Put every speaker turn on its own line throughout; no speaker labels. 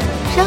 活，生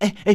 哎哎，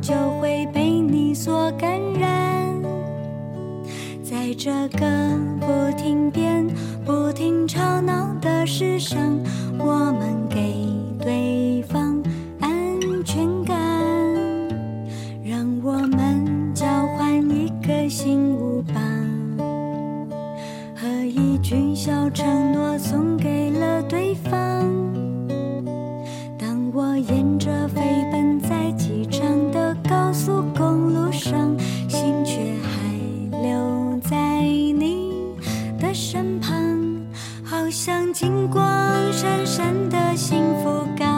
就会被你所感染。在这个不停变、不停吵闹的世上，我们给对方安全感，让我们交换一个新舞吧。和一句小承诺送给了对方。当我沿着飞奔在机场的高速公路上，心却还留在你的身旁，好像经过闪闪的幸福感。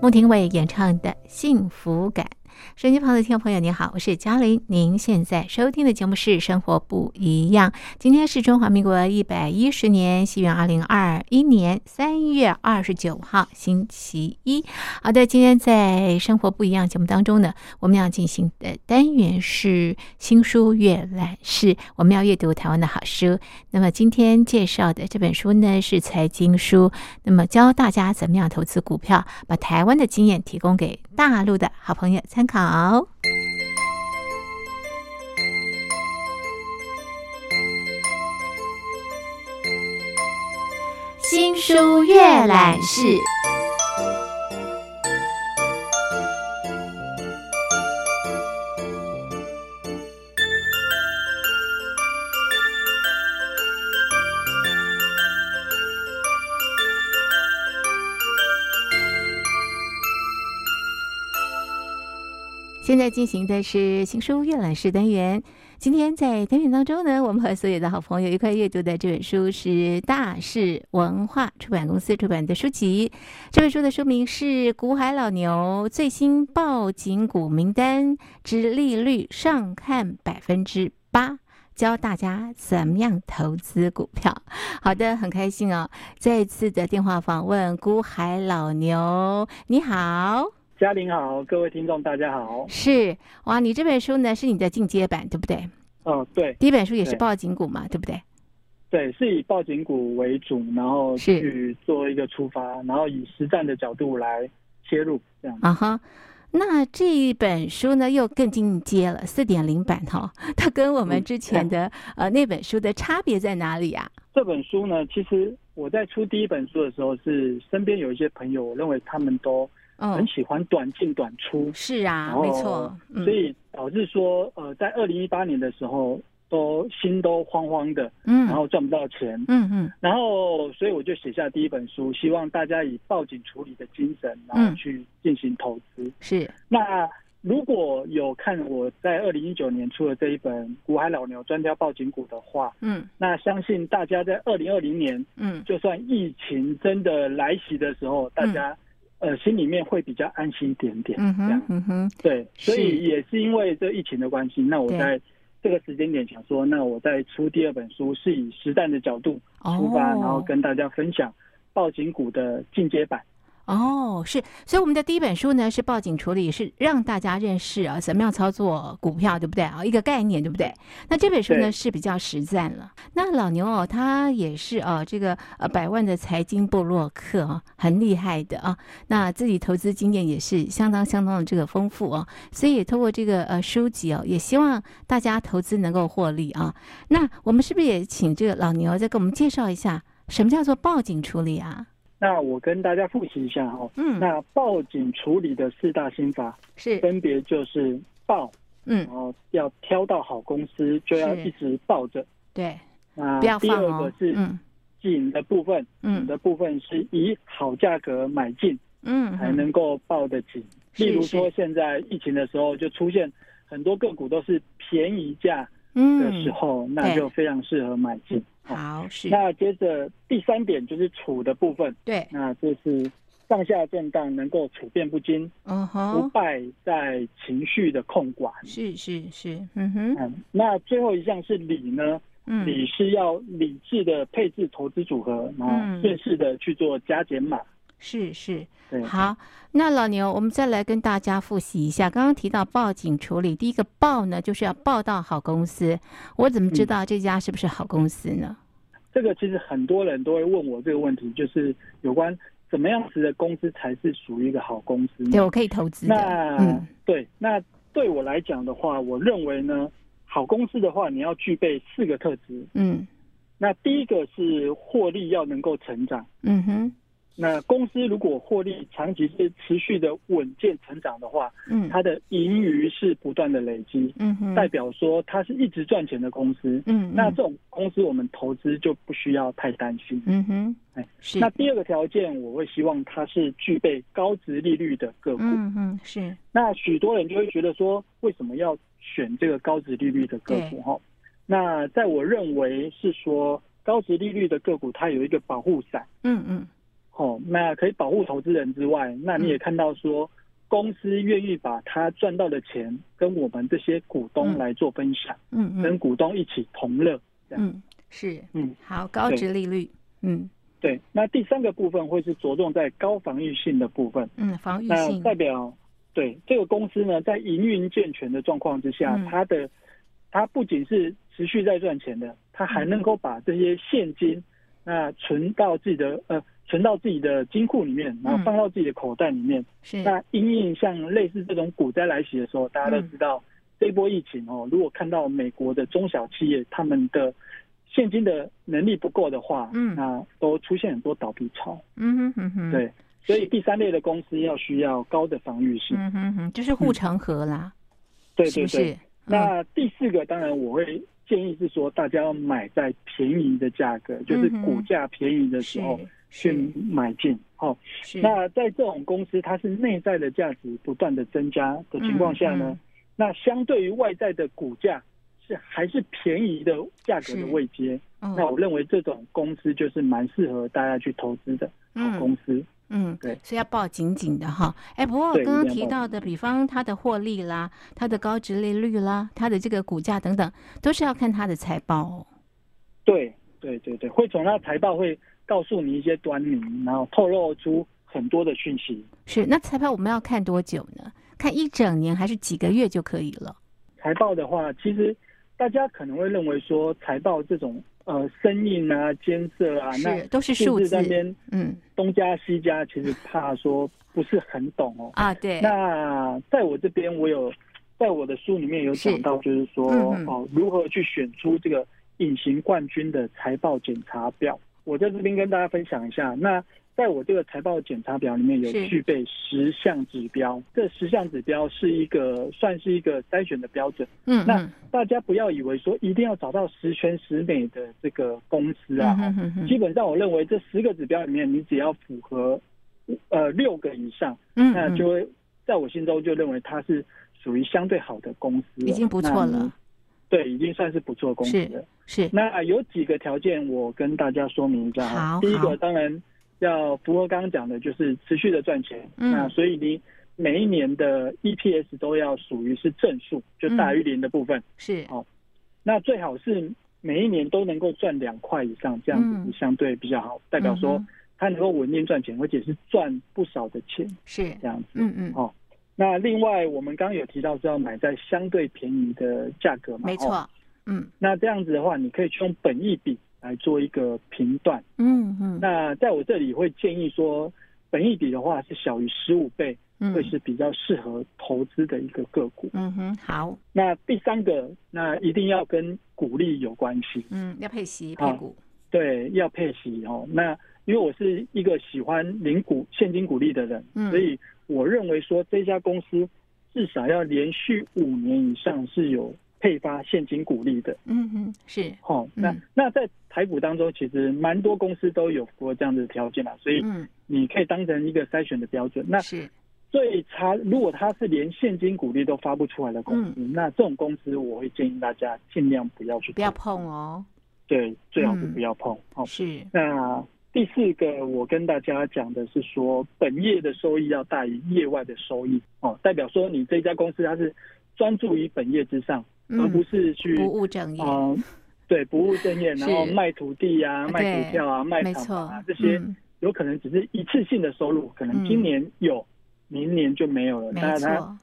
孟庭苇演唱的《幸福感》。手机旁的听众朋友，您好，我是嘉玲。您现在收听的节目是《生活不一样》，今天是中华民国一百一十年，西元二零二一年三月二十九号，星期一。好的，今天在《生活不一样》节目当中呢，我们要进行的单元是新书阅览室，我们要阅读台湾的好书。那么今天介绍的这本书呢是财经书，那么教大家怎么样投资股票，把台湾的经验提供给大陆的好朋友参考。新书阅览室。现在进行的是新书阅览室单元。今天在单元当中呢，我们和所有的好朋友一块阅读的这本书是大是文化出版公司出版的书籍。这本书的书名是《股海老牛最新报警股名单之利率上看百分之八》。教大家怎么样投资股票。好的，很开心哦！再一次的电话访问股海老牛，你好。
嘉玲好，各位听众大家好。
是哇，你这本书呢是你的进阶版，对不对？
嗯，对
第一本书也是
对
报警股嘛，对不对？
对，是以报警股为主，然后
是
去做一个出发，然后以实战的角度来切入，这样。
啊哈。那这一本书呢，又更进阶了，四点零版哈、 它跟我们
嗯
之前的、呃那本书的差别在哪里啊呀、
这本书呢，其实我在出第一本书的时候，是身边有一些朋友，我认为他们都很
嗯，
喜欢短进短出，
是啊，
然
没
后
错，嗯
所以导致说，呃，在二零一八年的时候，都心都慌慌的，
嗯
然后赚不到钱，
嗯嗯
然后，所以我就写下第一本书，希望大家以报警处理的精神，然
嗯
后去进行投资。
是
那如果有看我在二零一九年出的这一本《股海老牛专挑报警股》的话，
嗯
那相信大家在二零二零年，
嗯
就算疫情真的来袭的时候，大家、呃心里面会比较安心一点点。
嗯
这样
哼嗯哼
对，
是
所以也是因为这疫情的关系，那我
对
在这个时间点想说，那我再出第二本书，是以实战的角度出发，然后
哦
跟大家分享报警股的进阶版。
哦是，所以我们的第一本书呢是报警处理，是让大家认识啊怎么样操作股票，对不对啊？一个概念，对不对？那这本书呢
对
是比较实战了。那老牛哦，他也是哦，这个呃百万的财经部落客哦，很厉害的啊。那自己投资经验也是相当相当的这个丰富哦，所以也透过这个呃书籍哦，也希望大家投资能够获利啊。那我们是不是也请这个老牛再给我们介绍一下什么叫做报警处理啊？
那我跟大家复习一下哦，
嗯，
那报警处理的四大心法
是
分别就是报，
嗯
然后要挑到好公司就要
是
一直抱着。
对，
那
不要
啊第
放
二
哦
个。是
嗯
紧的部分，紧
嗯
的部分是以好价格买进，
嗯，
才能够抱得紧。
是
例如说，
是
现在疫情的时候，就出现很多个股都是便宜价的时
嗯，
候，那就非常适合买进。好
好是，
那接着第三点就是处的部分，
对，
那就是上下震荡能够处变不惊，
嗯
不
哼，
败在情绪的控管。
是是是，嗯哼，
嗯，那最后一项是理呢，
嗯
理是要理智的配置投资组合，然
嗯
后顺势的去做加减码。
是是。
对，
好，那老牛，我们再来跟大家复习一下。刚刚提到报警处理，第一个报呢，就是要报到好公司。我怎么知
嗯
道这家是不是好公司呢？
这个其实很多人都会问我这个问题，就是有关怎么样子的公司才是属于一个好公司呢？
对我可以投资的。
那、
嗯，
对，那对我来讲的话，我认为呢，好公司的话，你要具备四个特质。
嗯
那第一个是获利要能够成长。
嗯哼
那公司如果获利长期是持续的稳健成长的话，
嗯
它的盈余是不断的累积，
嗯哼，
代表说它是一直赚钱的公司。
嗯嗯
那这种公司我们投资就不需要太担心。
嗯哼
哎，
是
那第二个条件，我会希望它是具备高值利率的个股。
嗯嗯是
那许多人就会觉得说，为什么要选这个高值利率的个
对
股？哈，那在我认为是说，高值利率的个股它有一个保护伞。
嗯嗯
哦，那可以保护投资人之外，那
嗯
你也看到说，公司愿意把他赚到的钱跟我们这些股东
嗯
来做分享，
嗯
跟
嗯
股东一起同乐。这样
嗯，是，
嗯，
好，高
对
值利率，嗯
对。那第三个部分会是着重在高防御性的部分，
嗯，防御
那
性，
代表对这个公司呢，在营运健全的状况之下
嗯，
它的它不仅是持续在赚钱的，它还能够把这些现金
嗯
那存到自己的呃存到自己的金库里面，然后
嗯
放到自己的口袋里面。
是，
那因应像类似这种股灾来袭的时候，大家都
嗯
知道、这波疫情哦，如果看到美国的中小企业他们的现金的能力不够的话，
嗯
那都出现很多倒闭潮。
嗯哼嗯哼，，
对，所以第三类的公司要需要高的防御性。
嗯哼哼，就是护城河啦，
对
是
对
不
对。
是？嗯
那第四个，当然我会建议是说，大家要买在便宜的价格，就是
嗯哼
股价便宜的
是
时候去
是
买进。哦，
是，
那在这种公司，它是内在的价值不断的增加的情况下呢，
嗯嗯
那相对于外在的股价是还是便宜的价格
是
的位阶，
嗯
那我认为这种公司就是蛮适合大家去投资的好公司。
嗯，
对
所以要抱紧紧的哈。哎，不过
对
刚刚
一定
提
要抱
到的，比方它的获利啦，它的高值利率啦，它的这个股价等等，都是要看它的财报哦。
对对对对，会从它财报会告诉你一些端倪，然后透露出很多的讯息。
是，那财报我们要看多久呢？看一整年还是几个月就可以了？
财报的话，其实大家可能会认为说财报这种呃生硬啊、监测啊，那
是，都是
数
数
字
字
那。边
嗯
东家西家，其实怕说不是很懂哦。
啊，对，
那在我这边，我有在我的书里面有讲到，就是说
嗯嗯
哦，如何去选出这个隐形冠军的财报检查表。我在这边跟大家分享一下。那在我这个财报检查表里面有
是
具备十项指标，这十项指标是一个算是一个筛选的标准。
嗯
那大家不要以为说一定要找到十全十美的这个公司啊，
嗯哼哼
基本上我认为这十个指标里面，你只要符合呃六个以上，
嗯
那
嗯
就会在我心中就认为它是属于相对好的公司了，
已经不错
那你
了。。
对，已经算是不错的公司了。
是，
那有几个条件我跟大家说明一下哈
好
第一
好
个当然要符合刚刚讲的，就是持续的赚钱。
嗯
那所以你每一年的 EPS 都要属于是正数，就大
嗯
于零的部分。
是，
那最好是每一年都能够赚两块以上，这样
嗯
子是相对比较好，代表
嗯
说
哼
他能够稳定赚钱，而且是赚不少的钱
是，
这样子。
嗯嗯，
哦，那另外我们刚刚有提到是要买在相对便宜的价格嘛，
没
哦
错。嗯
那这样子的话，你可以去用本益比来做一个评断。
嗯嗯，
那在我这里会建议说，本益比的话是小于十五倍，
嗯
会是比较适合投资的一个个股。
嗯哼，好，
那第三个，那一定要跟股利有关系。
嗯，要配息
好
配股，
对，要配息哦。那因为我是一个喜欢领股现金股利的人，
嗯
所以我认为说这家公司至少要连续五年以上是有配发现金股利的。
嗯哼，是，
哦，那、
嗯
那在台股当中，其实蛮多公司都有符合这样的条件啦，所以
嗯
你可以当成一个筛选的标准。那
是，
最差，如果它是连现金股利都发不出来的公司，那这种公司我会建议大家尽量不要去
嗯不要
投资
碰哦，
对，最好是
嗯
不要碰。哦，
是，
那第四个，我跟大家讲的是说，本业的收益要大于业外的收益哦，代表说你这家公司它是专注于本业之上，而不
嗯，
是去
不务正业，
呃对不务正业，
是
然后卖土地啊、
对
卖股票啊、卖
没
厂
错
房啊这些，
嗯
有可能只是一次性的收入，可能
嗯
今年有，明年就没有了。
没
那它
错，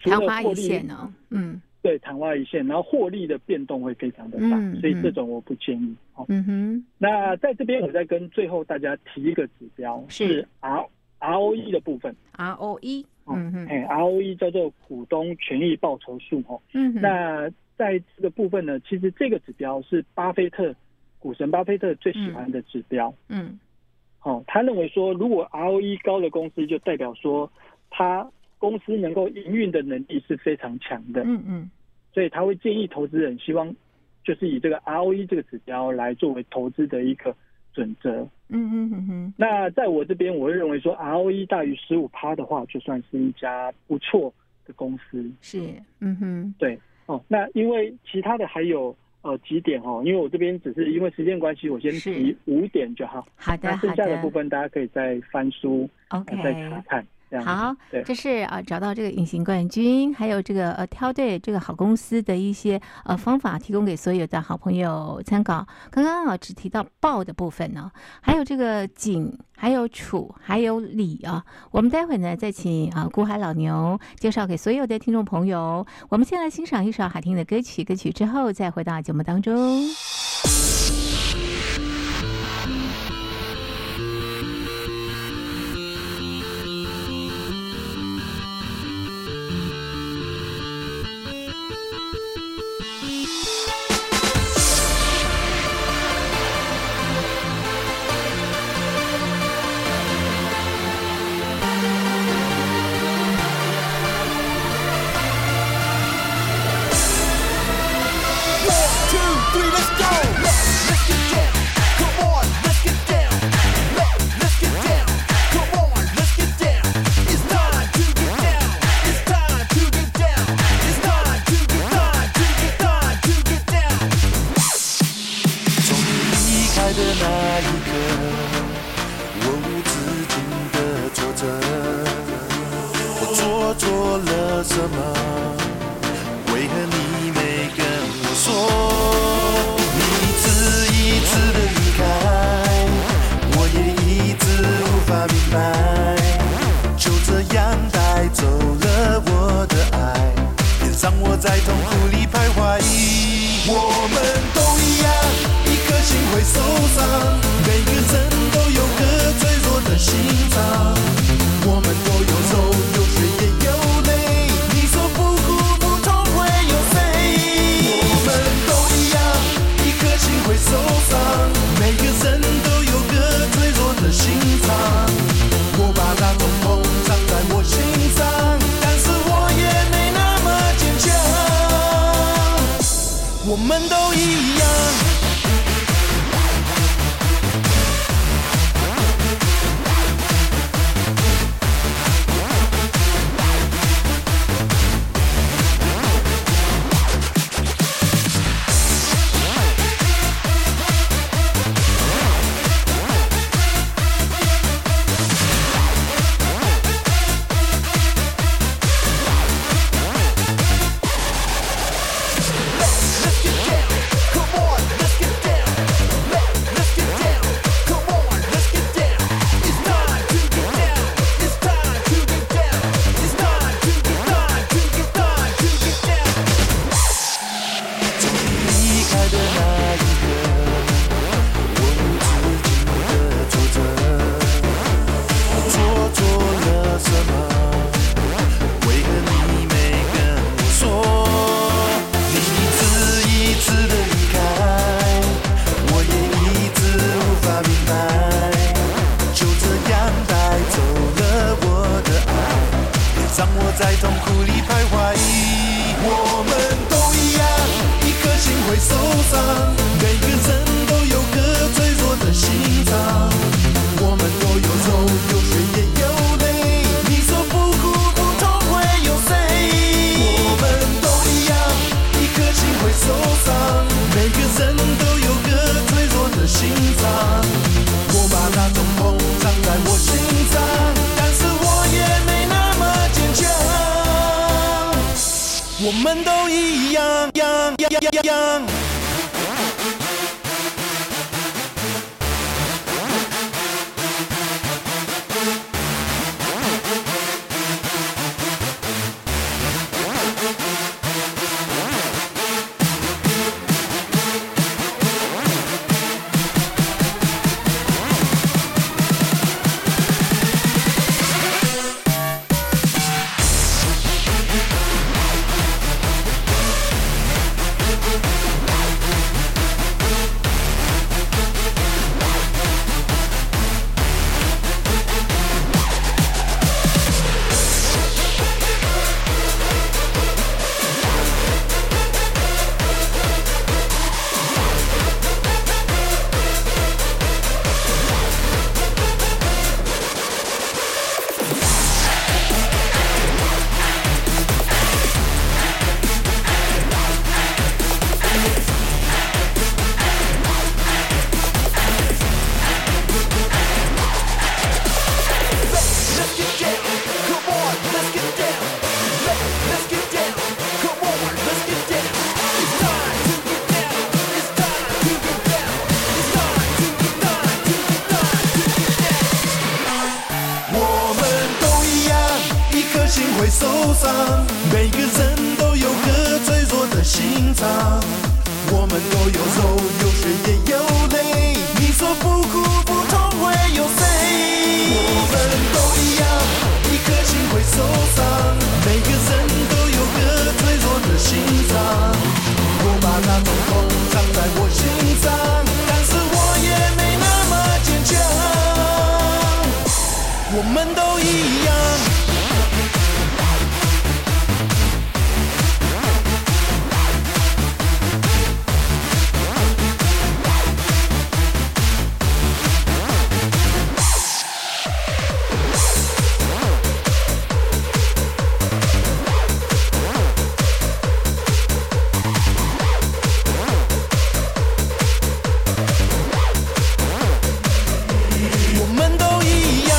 除
昙
了
花
获
一
利
现哦，嗯
对，昙花一现，然后获利的变动会非常的大，
嗯
所以
嗯
这种我不建议哦。
嗯哼，
那在这边，我再跟最后大家提一个指标，
是
R ROE E 的部分。
ROE，
哦
嗯哼，
哎、r o e 叫做股东权益报酬数哦。
嗯哼，
那在这个部分呢，其实这个指标是巴菲特股神巴菲特最喜欢的指标。
嗯
哦，他认为说，如果 ROE 高的公司，就代表说他公司能够营运的能力是非常强的，
嗯嗯，
所以他会建议投资人希望就是以这个 ROE 这个指标来作为投资的一个准则。
嗯哼嗯哼，
那在我这边，我会认为说 ROE 大于十五趴的话，就算是一家不错的公司
是，嗯哼，
哦。那因为其他的还有呃几点哦，因为我这边只是因为时间关系，我先
是
提五点就好。
好的
那剩
好
下的部
的
分大家可以再翻书，呃再查
，OK。
看。这样子
好
对，
这是啊，找到这个隐形冠军，还有这个呃挑对这个好公司的一些呃方法，提供给所有的好朋友参考。刚刚啊只提到报的部分呢、还有这个景，还有楚，还有礼啊。我们待会呢再请啊古海老牛介绍给所有的听众朋友。我们先来欣赏一首好听的歌曲，歌曲之后再回到节目当中。
从你离开的那一刻，我无止境的挫折，我做错了什么？为何你没跟我说？你一次一次的离开，我也一直无法明白，就这样带走了我的爱，也让我在痛苦里徘徊。我们都一样，一颗心会受伤，每个人都有个脆弱的心脏。我们都有愁，有血也有泪，你说不哭不痛会有谁？我们都一样，一颗心会受伤，每个人都有个脆弱的心脏。我把那种梦藏在我心上，但是我也没那么坚强。我们都一样。从你离开的那一刻，我无止境的挫折，我做错了什么？为何你没跟我说？你一次一次的离开，我也一直无法明白，就这样带走了我的爱。也让我在痛苦里徘徊。我们都一样，一颗心会受伤，每个人都有个脆弱的心脏。我们都有愁，有血也有泪，你说不哭不痛会有谁？我们都一样，一颗心会受伤，每个人都有个脆弱的心脏。我把那种梦藏在我心脏，但是我也没那么坚强。我们都一样，样样样样样。
我
会受伤。每个人都有个脆弱的心脏，我们都有愁，有血也有泪。你说不哭不痛会有谁？我们都一样，一颗心会受伤。每个人都有个脆弱的心脏，我把那种痛藏在我心上，但是我也没那么坚强。我们都一样。我们都一样。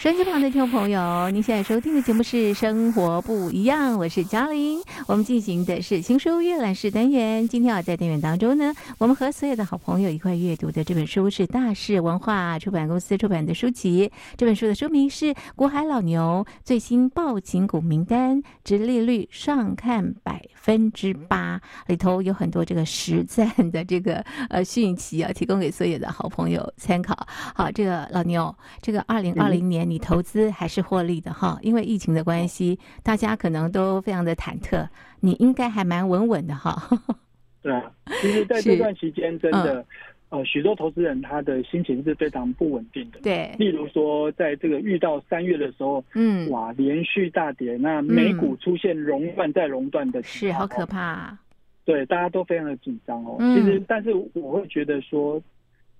收音机旁的听众朋友，您现在收听的节目是《生活不一样》，我是嘉玲。我们进行的是新书阅览室单元。今天啊，在单元当中呢，我们和所有的好朋友一块阅读的这本书是大是文化出版公司出版的书籍。这本书的书名是《国海老牛最新报警股名单》，殖利率上看百分之八，里头有很多这个实战的这个呃讯息啊，提供给所有的好朋友参考。好，这个老牛，这个二零二零年你投资还是获利的哈，因为疫情的关系，大家可能都非常的忐忑，你应该还蛮稳稳的哈。
对啊，其实在这
是嗯
段期间，真的，呃，许多投资人他的心情是非常不稳定的。
对，
例如说，在这个遇到三月的时候，
嗯，
哇，连续大跌，那美股出现熔断再熔断的
是
情况
好
哦
可怕、啊，
对，大家都非常的紧张哦。
嗯
其实，但是我会觉得说，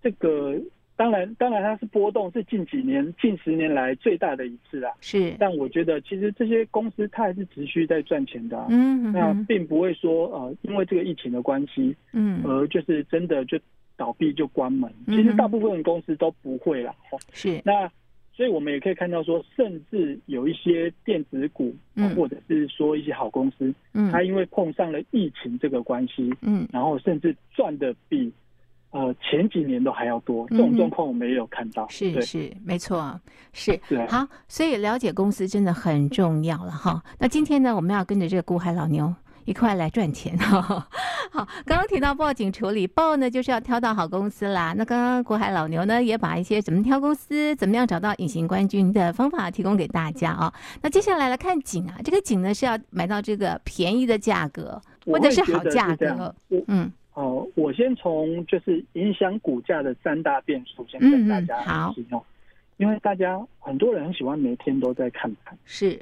这个当然，当然它是波动，是近几年、近十年来最大的一次啊。
是，
但我觉得，其实这些公司它还是持续在赚钱的、啊。
嗯
那
嗯
并不会说呃，因为这个疫情的关系，
嗯，
而就是真的就倒闭就关门。
嗯哼
其实大部分公司都不会啦。哦
是，
那所以我们也可以看到说，甚至有一些电子股，
嗯
或者是说一些好公司，
嗯
它因为碰上了疫情这个关系，
嗯
然后甚至赚的比呃前几年都还要多，
嗯哼
这种状况我们也有看到。
是
对
是，没错，是
对啊
好，所以了解公司真的很重要了哈。那今天呢，我们要跟着这个股海老牛一块来赚钱哈。 好，刚刚提到报警处理，报呢就是要挑到好公司啦。那刚刚股海老牛呢也把一些怎么挑公司、怎么样找到隐形冠军的方法提供给大家啊、那接下来来看景啊，这个景呢是要买到这个便宜的价格
我
或者
会
是
觉
好
得
价
这样
格，
我
嗯
哦，我先从就是影响股价的三大变数先
嗯嗯
跟大家
好
形容，因为大家很多人很喜欢每天都在看盘，
是，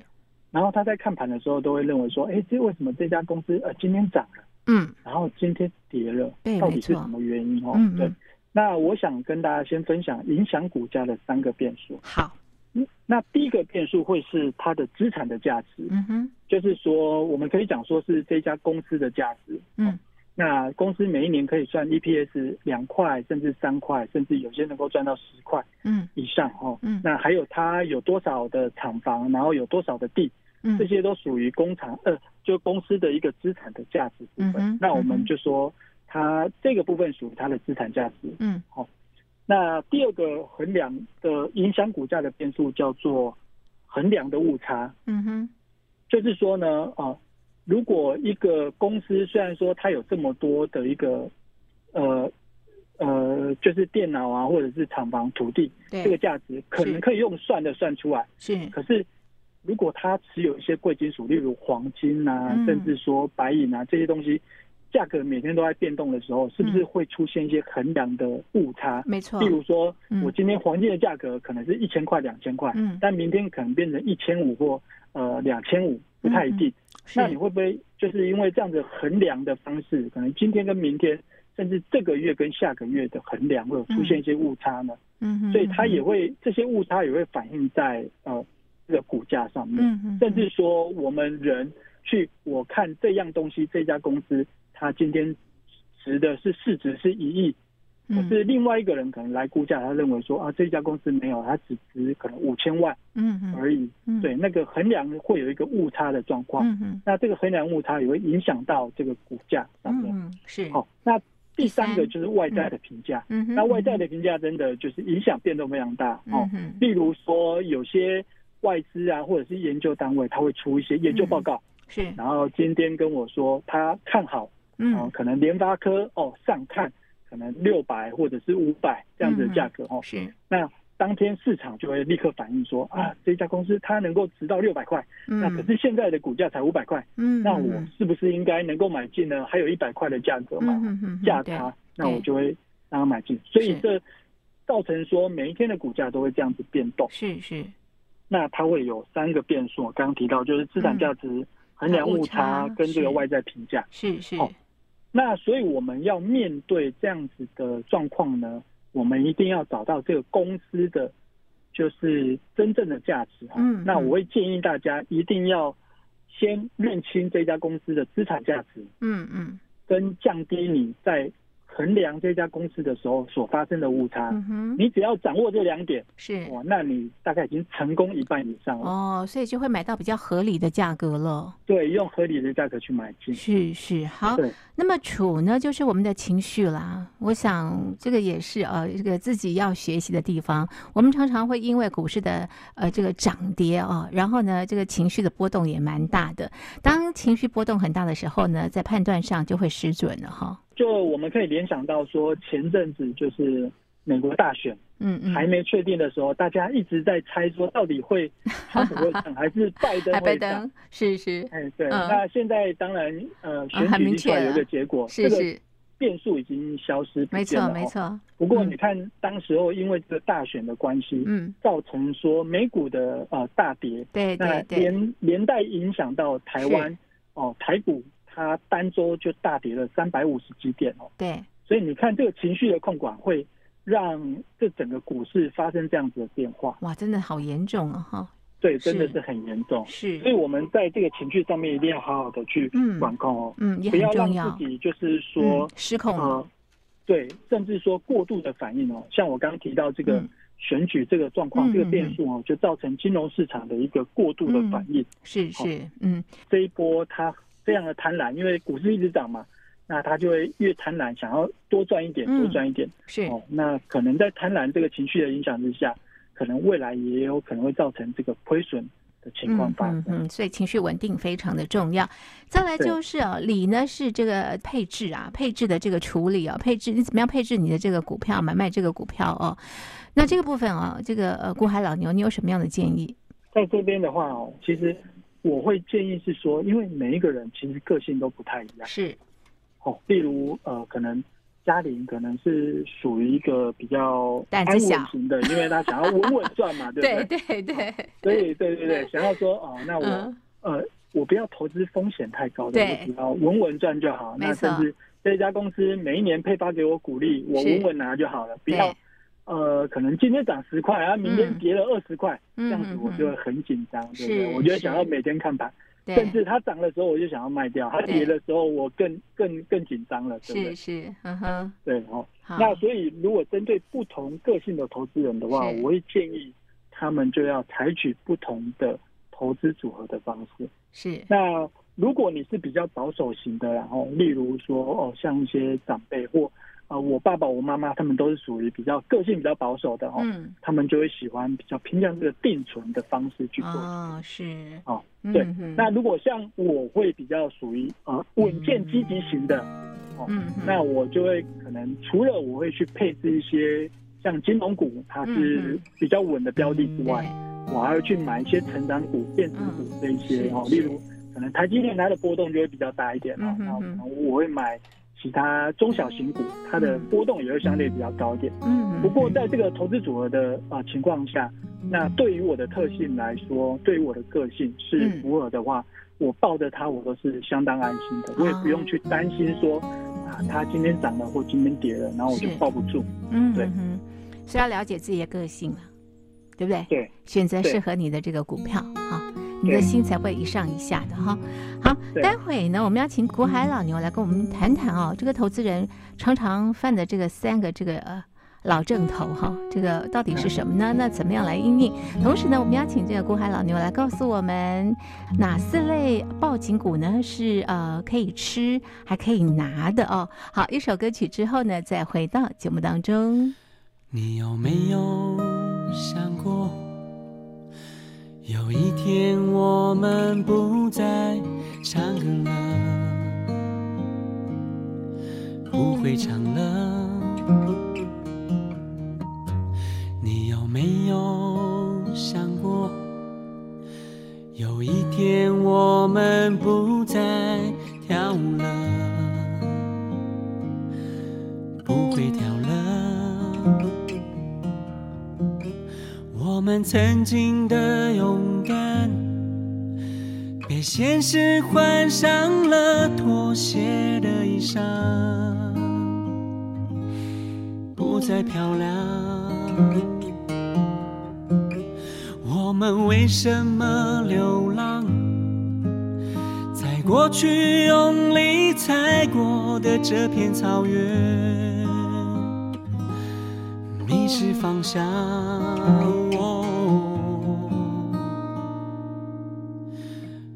然后他在看盘的时候都会认为说，哎，这为什么这家公司呃今天涨了，
嗯
然后今天跌了
对，
到底
没
是
错
什么原因？哦，
嗯
对
嗯。
那我想跟大家先分享影响股价的三个变数。
好，
嗯那第一个变数会是它的资产的价值，
嗯哼
就是说我们可以讲说是这家公司的价值。
嗯
那公司每一年可以算 EPS 两块，甚至三块，甚至有些能够赚到十块
嗯
以上哦。
嗯
那还有它有多少的厂房，然后有多少的地，
嗯
这些都属于工厂呃，就公司的一个资产的价值部分。
嗯哼
那我
嗯
们
哼
就说它这个部分属于它的资产价值。
嗯
那第二个衡量的影响股价的变数叫做衡量的误差，
嗯哼
就是说呢，啊，如果一个公司虽然说它有这么多的一个呃呃，就是电脑啊，或者是厂房、土地
对
这个价值，可
是
能可以用算的算出来，
是
可是。如果它持有一些贵金属，例如黄金啊，
嗯
甚至说白银啊这些东西，价格每天都在变动的时候，是不是
嗯
会出现一些衡量的误差？
没错
例，如说
嗯，
我今天黄金的价格可能是一千块、两千块，
嗯
但明天可能变成一千五或呃两千五，不太一定。
嗯是
那你会不会就是因为这样子衡量的方式，可能今天跟明天，甚至这个月跟下个月的衡量会有出现一些误差呢？
嗯哼，
所以它也
嗯
会这些误差也会反映在呃这个股价上面，
嗯嗯，
甚至说我们人去我看这样东西，这家公司它今天值的是市值是一亿，可
嗯
是另外一个人可能来估价，他认为说啊，这家公司没有，它只值可能五千万
嗯嗯
而已。
嗯
对，那哦个衡量会有一个误差的状况，
嗯嗯
那这个衡量误差也会影响到这个股价上面。
嗯嗯是
好、那第三个就是外在的评价，
嗯哼，
那外在的评价真的就是影响变动非常大哦。
嗯哼，
例如说，有些外资啊，或者是研究单位，他会出一些研究报告，
是，
然后今天跟我说他看好，哦，
嗯，
可能联发科哦上看可能六百或者是五百这样子的价
嗯
格哦，
是，
那当天市场就会立刻反应说啊，这家公司它能够值到六百块，
嗯，
那可是现在的股价才五百块，
嗯，嗯，
那我是不是应该能够买进呢？还有一百块的价格嘛，
嗯嗯
价
对
差，那我就会让它买进，所以
是
这造成说每一天的股价都会这样子变动。
是是，
那它会有三个变数，我刚刚提到就是资产价值衡量误
还有
差
嗯误差
跟这
是
个外在评价。
是是，
哦那所以我们要面对这样子的状况呢，我们一定要找到这个公司的就是真正的价值哦。
嗯
那
嗯
我会建议大家一定要先认清这家公司的资产价值，
嗯嗯
跟降低你在衡量这家公司的时候所发生的误差。
嗯哼，
啊你只要掌握这两点，
是
哇，那你大概已经成功一半以上了。
哦，所以就会买到比较合理的价格了。
对，用合理的价格去买进。
是是，好，
对，
那么处呢，就是我们的情绪啦。我想这个也是呃，这个自己要学习的地方。我们常常会因为股市的呃这个涨跌啊、然后呢，这个情绪的波动也蛮大的。当情绪波动很大的时候呢，在判断上就会失准了哈。
就我们可以联想到说，前阵子就是美国大选。
嗯嗯，
还没确定的时候，大家一直在猜说到底会川普 会上还是拜登
海拜
会上。
登是是
哎，对，
嗯哦
那现在当然，呃，选
很
举
明
一出来
确
有一个
了
结果，
是
这个
是，
变数已经消失不
没
见了
错
哦
没。错，
不过
嗯
你看，当时候因为这个大选的关系，
嗯，
造成说美股的呃大跌，
对对
那
对，
连连带影响到台湾哦，台股它单周就大跌了三百五十几点哦。
对
所以你看，这个情绪的控管会让这整个股市发生这样子的变化，
哇，真的好严重啊哈，
对，真的
是
是很严重。
是
所以，我们在这个情绪上面一定要好好的去
嗯
管控哦，
嗯，也
不
很
要
重
让
要
自，己就是说
嗯，，失控了
呃，，对，甚至说过度的反应哦，像我刚刚提到这个
嗯
选举这个状况，
嗯
这个变数哦，就造成金融市场的一个过度的反应。
是
好
是，嗯
这一波它非常的贪婪，因为股市一直涨嘛，那它就会越贪婪，想要多赚一点，
嗯
多赚一点。
是，
哦，那可能在贪婪这个情绪的影响之下，可能未来也有可能会造成这个亏损的情况发生
嗯。嗯嗯，所以情绪稳定非常的重要。再来
对
就是啊，锂呢是这个配置啊，配置的这个处理啊，配置你怎么样配置你的这个股票，买卖这个股票哦。那这个部分啊，这个呃，顾海老牛，你有什么样的建议？
在这边的话哦，其实我会建议是说，因为每一个人其实个性都不太一样
是，
哦，例如呃，可能。嘉玲可能是属于一个比较
胆
安
子小
稳型的，因为他想要稳稳 赚嘛，对不
对对
对？
对，
所以对对对，想要说哦，那我、
嗯，
呃，我不要投资风险太高的，
对
我只要稳稳赚就好。
没
那
错
甚至这家公司每一年配发给我股利，我
是
稳稳拿就好了，不要
对，
呃，可能今天涨十块，然后明天
嗯
跌了二十块，
嗯
这样子我就会很紧张，对不
是
对？我就会想要
是
每天看盘，甚
对，
至它涨的时候我就想要卖掉，它
对
跌的时候我更更更紧张了，对不
是
对？
是，嗯哼，
对哦。
好，
那所以，如果针对不同个性的投资人的话，
是
我会建议他们就要采取不同的投资组合的方式。
是，
那如果你是比较保守型的，然后例如说哦，像一些长辈或呃，我爸爸、我妈妈他们都是属于比较个性比较保守的哦，
嗯，
他们就会喜欢比较偏向这个定存的方式去做。
哦，是，
哦，对
嗯哼，
那如果像我会比较属于呃稳健积极型的，
嗯哼，
那我就会可能除了我会去配置一些像金融股，它
嗯
是
嗯
比较稳的标的之外，
对，
我还会去买一些成长股、电子股这一些
嗯
哦，
是
例如可能台积电它的波动就会比较大一点
嗯，
哦
哼
那可
哼
能我会买其他中小型股，它的
嗯
波动也会相对比较高一点。
嗯，
不过在这个投资组合的啊、呃情况下，那对于我的特性来说，对于我的个性是
嗯
符合的话，我抱着它我都是相当安心
啊
的，我也不用去担心说啊它今天涨了或今天跌了，然后我就是抱不住。
嗯
对
哼，所以要了解自己的个性了，啊对不对？
对，
选择
对
适合你的这个股票啊，你
对
的心才不会一上一下的哈。好，
对
待会呢，我们要请古啊海老牛来跟我们谈谈哦，这个投资人常常犯的这个三个这个呃老症头哈，这个到底是什么
嗯
呢？那怎么样来应应？同时呢，我们邀请这个古海老牛来告诉我们哪四类报警骨呢是呃可以吃还可以拿的哦。好，一首歌曲之后呢，再回到节目当中。
你有没有想过，有一天我们不再唱歌了，不会唱了。你有没有想过，有一天我们不再跳舞了，不会跳了。我们曾经的勇敢，被现实换上了妥协的衣裳，不再漂亮。我们为什么流浪？在过去用力踩过的这片草原，迷失方向。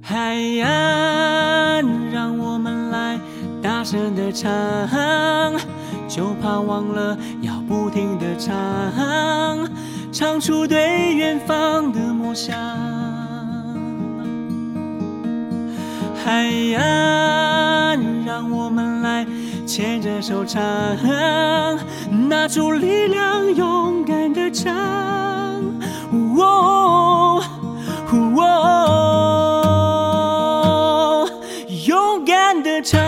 海岸，让我们来大声的唱，就怕忘了要不停的唱，唱出对远方的梦想。海岸，让我们来牵着手唱，拿出力量，勇敢的唱。哦哦勇敢的唱。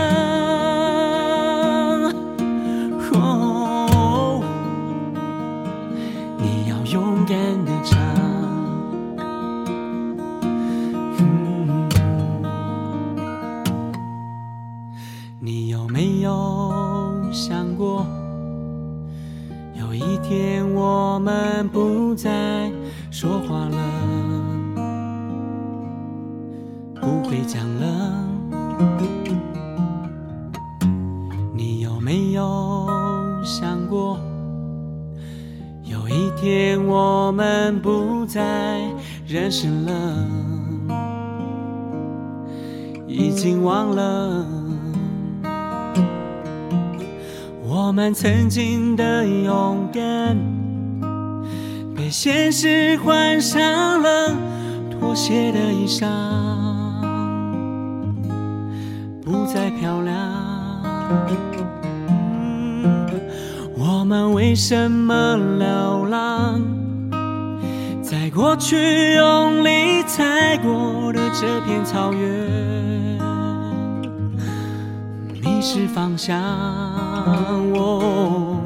哦你要勇敢的唱。嗯你有没有想过，有一天我们不再说话了，不会讲了？你有没有想过？有一天我们不再认识了，已经忘了我们曾经的勇敢，被现实换上了妥协的衣裳，不再漂亮。嗯我们为什么流浪？在过去用力踩过的这片草原，迷失方向。哦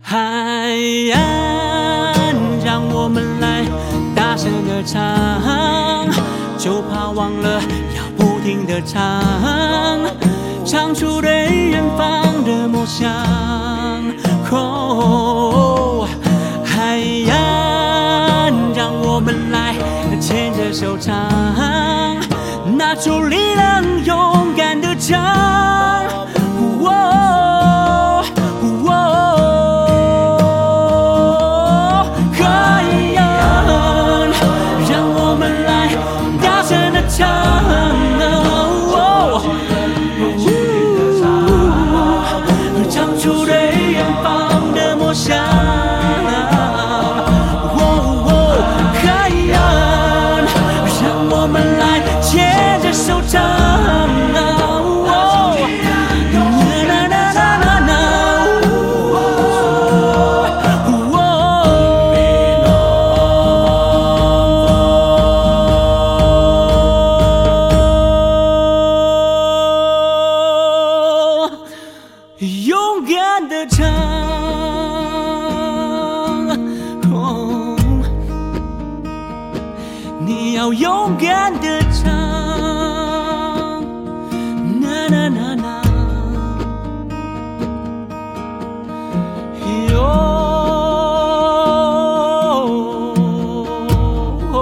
海岸，让我们来大声的唱，就怕忘了要不停的唱，唱出对远方的梦想。哦，海岸，让我们来牵着手唱，拿出力量，勇敢的唱。哦哦，海洋，让我们来大声的唱。哦哦唱出对远方的梦想。哦哦海洋，让我们来牵着手唱。哦啦啦啦啦啦啦哦哦勇敢的唱，哦，你要勇敢的唱，呐呐呐呐，哟。oh, oh. 哦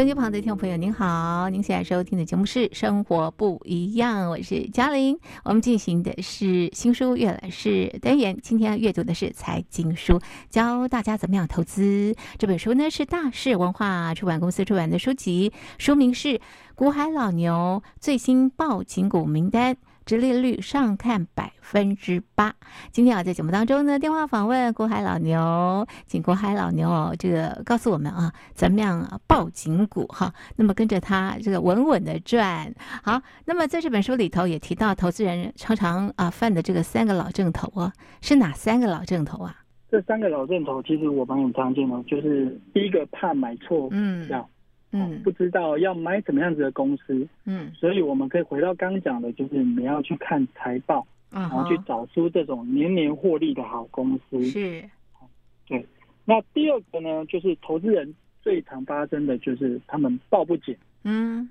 音机旁的听众朋友，您好，您现在收听的节目是《生活不一样》，我是嘉玲。我们进行的是新书阅览室单元，今天要阅读的是财经书，教大家怎么样投资。这本书呢是大是文化出版公司出版的书籍，书名是《股海老牛最新报警股名单》。直利率上看百分之八。今天啊，在节目当中呢，电话访问国海老牛，请国海老牛哦，这个告诉我们啊，怎么样啊抱紧股哈、那么跟着他这个稳稳的赚。好，那么在这本书里头也提到，投资人常常啊犯的这个三个老正头啊，是哪三个老正头啊？
这三个老阵头其实我们很常见的，就是第一个怕买错
嗯
票，
嗯
不知道要买什么样子的公司，
嗯
所以我们可以回到刚刚讲的，就是你要去看财报，
啊
然
哈
后去找出这种年年获利的好公司。
是
那第二个呢，就是投资人最常发生的就是他们报不紧
嗯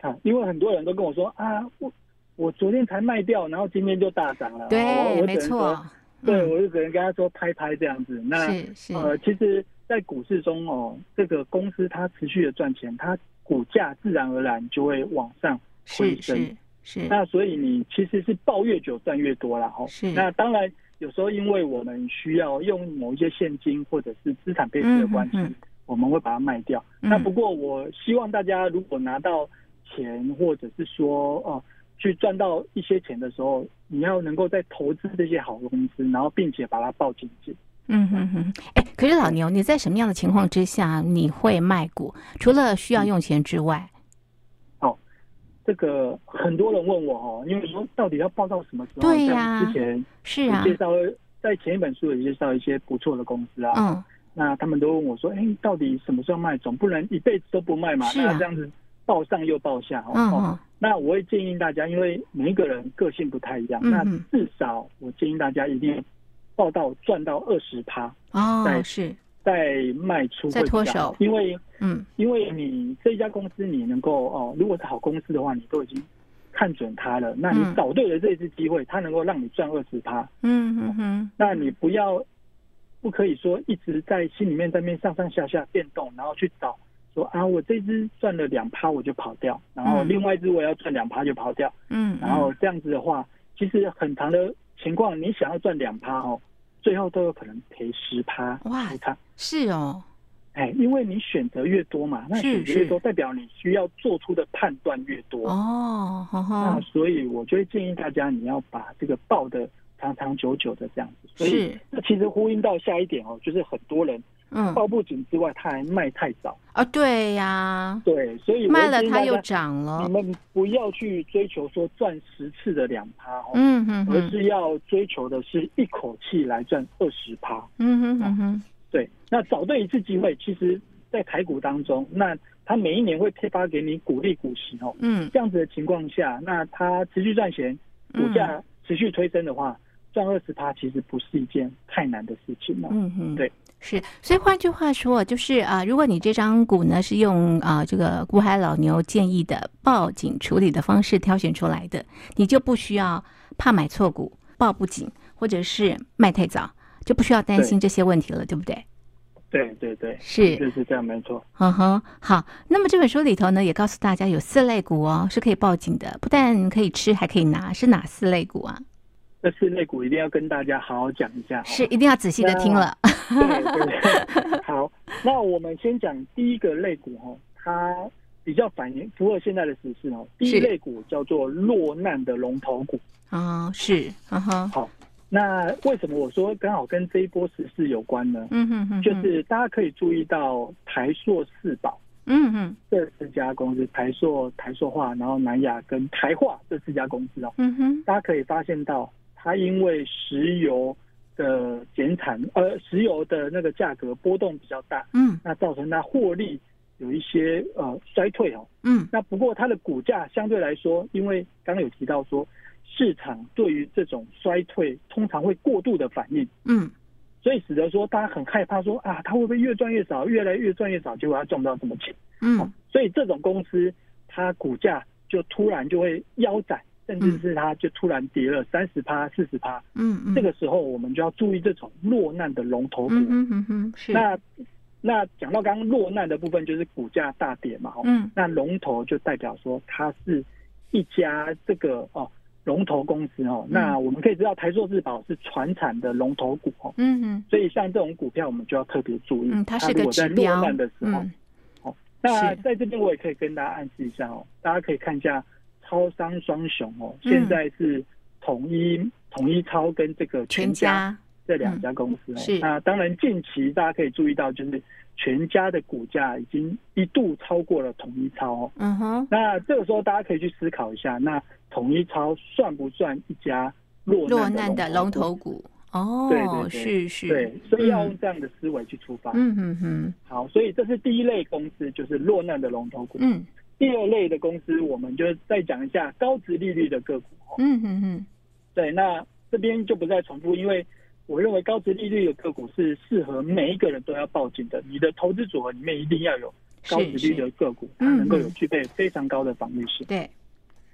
啊，因为很多人都跟我说啊，我我昨天才卖掉，然后今天就大涨了。我
对，
我
没
只能
错嗯
说，，对，我就只能跟他说拍拍这样子。那
是是
呃，其实，在股市中哦，这个公司它持续的赚钱，它股价自然而然就会往上。
是是是
那所以你其实是抱越久赚越多啦，吼。
是
那当然，有时候因为我们需要用某一些现金或者是资产配置的关系，
嗯嗯嗯
我们会把它卖掉。
嗯
那不过我希望大家如果拿到钱，或者是说哦、去赚到一些钱的时候，你要能够再投资这些好公司，然后并且把它抱紧紧。
嗯哼哼，哎，可是老牛，你在什么样的情况之下你会卖股？除了需要用钱之外，
这个很多人问我哦，因为说到底要报到什么时候？
对呀
像之前
是
有
啊，
介绍了，在前一本书有介绍一些不错的公司啊，
嗯，
那他们都问我说：“哎、到底什么时候卖？总不能一辈子都不卖嘛？
是啊
那这样子报上又报下哦。
嗯
哦
哼，
那我会建议大家，因为每一个人个性不太一样，
嗯
那
嗯
至少我建议大家一定报到赚到二十趴
哦，
在
是，
再卖出
再
会比较
脱手
好因为
嗯
因为你这家公司你能够哦，如果是好公司的话，你都已经看准它了，那
嗯
你找对了这一次机会，它能够让你赚二十趴，
嗯哼哼，
那你不要不可以说一直在心里面在那边上上下下变动，然后去找说啊，我这只赚了两趴我就跑掉，然后
嗯
另外一只我要赚两趴就跑掉，
嗯，
然后这样子的话，其实很长的情况，你想要赚两趴哦，最后都有可能赔十趴
哇
五趴。
是哦，
哎，因为你选择越多嘛，那
是
选择越多
是
代表你需要做出的判断越多。
哦，哈
那
哈，
所以我就会建议大家，你要把这个抱的长长久久的这样子。所以
是
这其实呼应到下一点哦，就是很多人
嗯，
抱不紧之外，他还卖太早。
啊，对呀，
对，所以我
卖了
建议大
它
家
又，涨了
你，们不要去追求说赚十次的两趴哦，
嗯哼
而
哼，
是要追求的是一口气来赚二十趴。
嗯哼哼哼，
对，那找对一次机会，其实在台股当中，那它每一年会配发给你股利股息哦。
嗯
这样子的情况下，那它持续赚钱，股价持续推升的话，赚二十趴其实不是一件太难的事情了。哦
嗯哼，
对。
是，所以换句话说，就是啊、如果你这张股呢是用啊、这个股海老牛建议的报警处理的方式挑选出来的，你就不需要怕买错股、报不紧，或者是卖太早，就不需要担心这些问题了，对不对？
对对对，
是，
就是这样，没错。
嗯哼，好。那么这本书里头呢，也告诉大家有四类股哦，是可以报警的，不但可以吃，还可以拿，是哪四类股啊？
这四类股一定要跟大家好好讲一下哦。
是，一定要仔细的听了。
对 对对。好，那我们先讲第一个类股哦，它比较反映符合现在的时事哦。第一
是
类股叫做落难的龙头股。
哦，是，嗯哼，
那为什么我说刚好跟这一波时事有关呢？
嗯哼哼，
就是大家可以注意到台塑四宝
嗯哼，
这四家公司，台塑、台塑化，然后南亚跟台化这四家公司哦，
嗯哼，
大家可以发现到它因为石油的减产，呃，石油的那个价格波动比较大，
嗯
那造成它获利有一些呃衰退哦。
嗯，
那不过它的股价相对来说，因为刚刚有提到说，市场对于这种衰退通常会过度的反应。
嗯。
所以使得说大家很害怕说啊，它会不会越赚越少，越来越赚越少，结果它赚不到什么钱。
嗯
所以这种公司，它股价就突然就会腰斩，甚至是它就突然跌了三十趴、四十趴。
嗯嗯，
这个时候我们就要注意这种落难的龙头股。
嗯嗯嗯嗯是
那那讲到刚刚落难的部分，就是股价大跌嘛，哦，
嗯
那龙头就代表说它是一家这个哦龙头公司
嗯
哦。那我们可以知道台塑日宝是船产的龙头股哦，
嗯嗯
所以像这种股票我们就要特别注意。
嗯，它是
如
个
果在
指
落
标
难的时候，
嗯
那
是
在这边我也可以跟大家暗示一下哦，大家可以看一下超商双雄哦，
嗯
现在是统一统一超跟这个
全
全家
家
这两家公司哦。
嗯是
那当然近期大家可以注意到，就是全家的股价已经一度超过了统一超哦。
嗯哼
那这个时候大家可以去思考一下，那统一超算不算一家落
落难
难
的
的
龙
头
头
股？
股哦
对对，
是
对
是，
对，所以要用这样的思维去出发。
嗯哼哼
好，所以这是第一类公司，就是落难的龙头股。
嗯
第二类的公司，我们就再讲一下高值利率的个股。哦
嗯哼哼
对，那这边就不再重复，因为我认为高值利率的个股是适合每一个人都要抱紧的。你的投资组合里面一定要有高值
是
利率的
是
个股，它
嗯
能够
嗯
有具备非常高的防御性。
对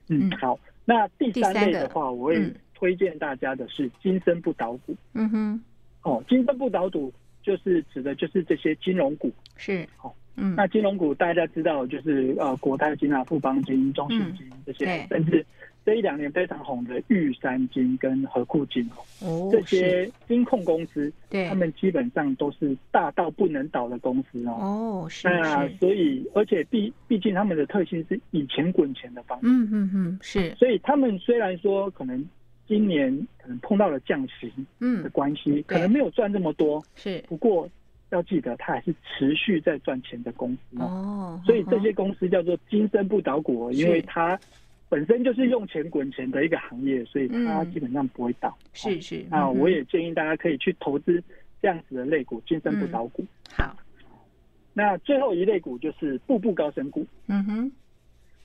嗯
嗯，好。那第
第
三
三
类
个
的话，我也
嗯
推荐大家的是金身不倒股。
嗯哼
哦，金身不倒股就是指的就是这些金融股。
是
好
嗯
那金融股大家知道，就是呃国泰金啊、富邦金、中信金这些，
对
甚至这一两年非常红的玉山金跟和库金哦，
哦
这
是
些金控公司，
对
他们基本上都是大到不能倒的公司哦。
哦是
那
是
所以，而且毕毕竟他们的特性是以钱滚钱的方式，
嗯哼哼是
所以他们虽然说可能今年可能碰到了降息的
嗯
关系，可能没有赚这么多，
是
不过要记得它还是持续在赚钱的公司哦。
哦，
所以这
嗯
些公司叫做金身不倒股，哦因为
是
它本身就是用钱滚钱的一个行业，所以它
嗯
基本上不会倒。
是是
那
嗯哼
啊我也建议大家可以去投资这样子的类股，金身不
嗯
倒股。
好
那最后一类股就是步步高升股。
嗯哼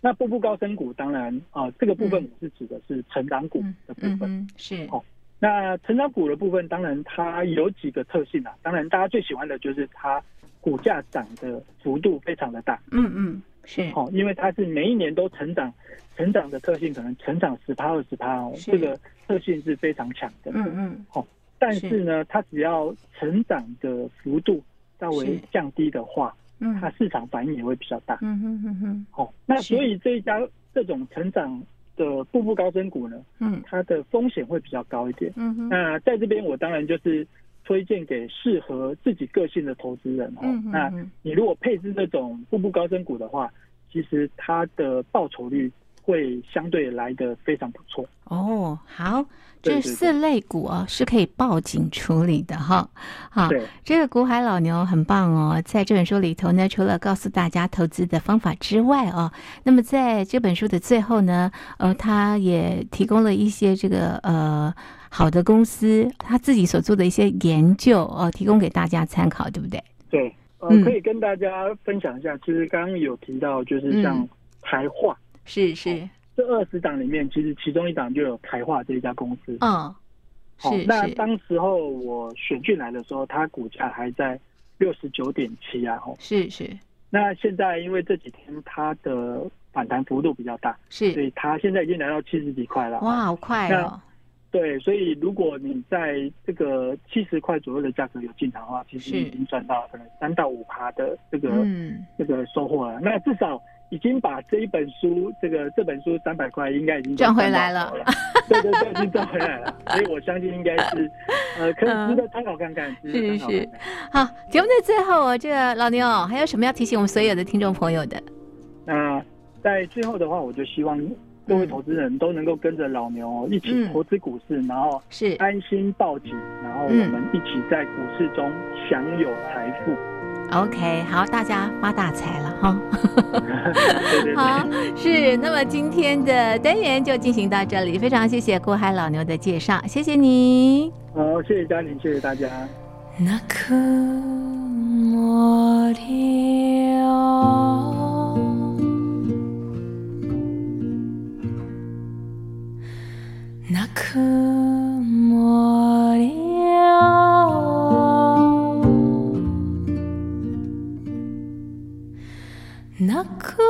那步步高升股，当然啊、呃这个部分
嗯
我是指的是成长股
嗯
的部
嗯
分。
哼是
好那成长股的部分，当然它有几个特性啊，当然大家最喜欢的就是它股价涨的幅度非常的大。
嗯嗯是
哦，因为它是每一年都成长，成长的特性可能成长十趴二十趴哦，
是
这个特性是非常强的。
嗯嗯
但是呢，它只要成长的幅度稍微
是
降低的话，
嗯
它市场反应也会比较大。
嗯哼哼哼
哦，那
是
所以这一家这种成长的步步高升股呢，
嗯
它的风险会比较高一点。
嗯哼
那在这边，我当然就是推荐给适合自己个性的投资人哦。
嗯哼
那
哼
你如果配置这种步步高升股的话，其实它的报酬率会相对来的非常不错。
哦，好，这
对对对
四类股啊是可以报警处理的哈。好，
对，
这个股海老牛很棒哦，在这本书里头呢，除了告诉大家投资的方法之外哦，那么在这本书的最后呢，呃，他也提供了一些这个呃好的公司他自己所做的一些研究哦、提供给大家参考，对不对？
对，呃，
嗯
可以跟大家分享一下，其实刚刚有提到，就是像
嗯
台化、
是是，
这二十档里面，其实其中一档就有台化这一家公司。
嗯，
好
是
那
是
当时候我选进来的时候，它股价还在六十九点七啊，吼。
是是
那现在因为这几天它的反弹幅度比较大，所
是，
以它现在已经来到七十几块了。
哇，好快哦，
对，所以如果你在这个七十块左右的价格有进场的话，其实
是
你已经赚到可能三到五趴的这个、
嗯，
这个收获了。那至少已经把这一本书，这个这本书三百块应该已经
赚回来
了
了。
对对对，已经赚回来了。所以我相信应该是，呃，可
嗯
以值得参考看看，值得参考看看。
好，节目的最后哦，这个老牛还有什么要提醒我们所有的听众朋友的？
那在最后的话，我就希望各位投资人都能够跟着老牛一起
嗯
投资股市，然后
是
安心报警，然后我们一起在股市中享有财富。
OK，好，大家发大财了哈。
对对对
好。，是，那么今天的单元就进行到这里，非常谢谢郭海老牛的介绍，谢谢你。
好，谢谢嘉玲，谢谢大家。
那颗茉莉哦，那颗茉莉哦，那颗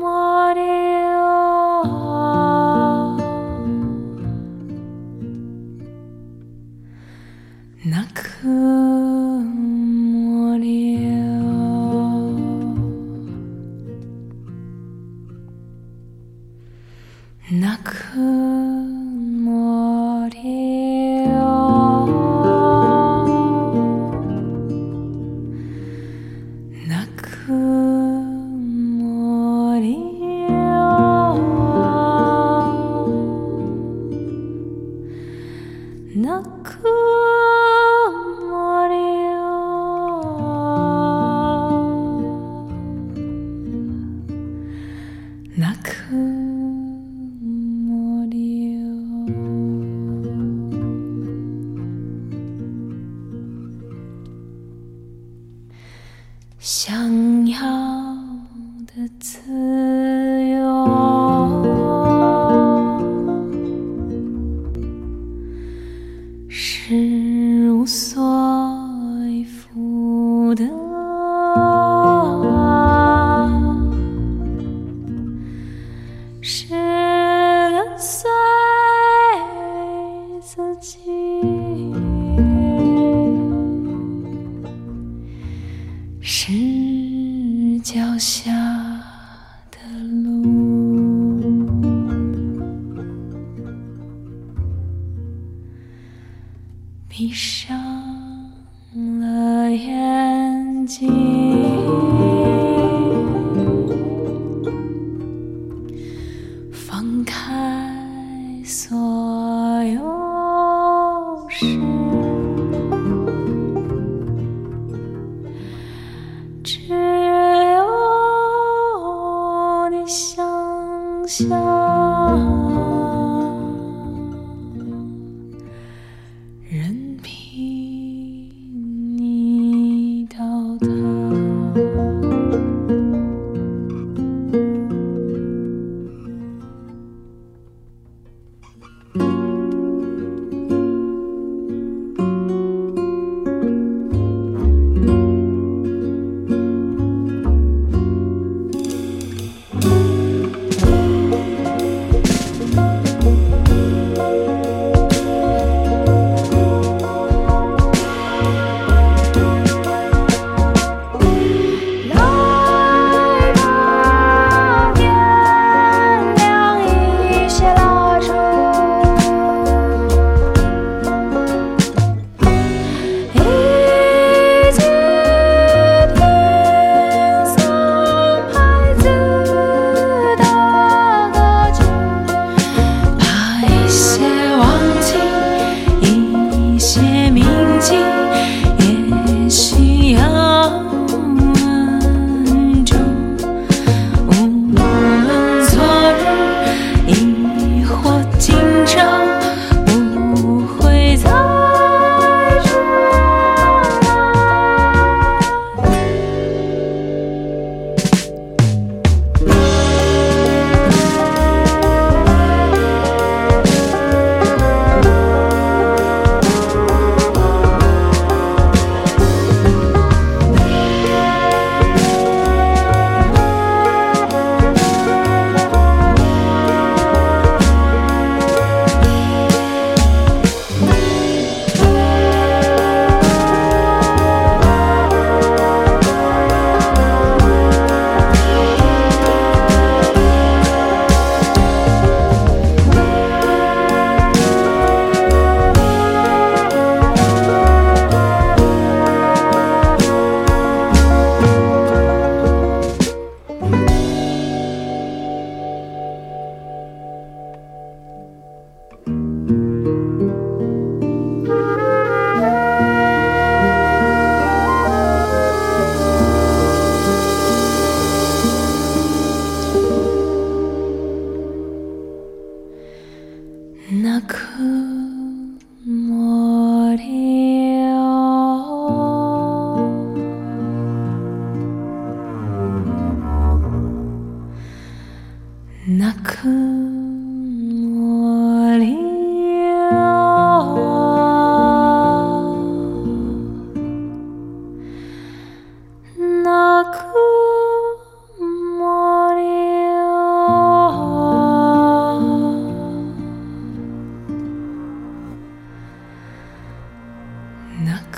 茉莉哦。那颗茉莉ぬくもりをぬくもりを想要的自由。是无所依附的我，是跟随自己，是脚下的路。闭上了眼睛，放开所有事，只有你想象。任凭你到达。来吧，原谅一些蜡烛，一起听送孩子的歌曲，把一些忘记，一些铭记，也许要稳住。无论昨日，亦或今朝，不会再重来。泣く森を泣く森を泣く森を泣く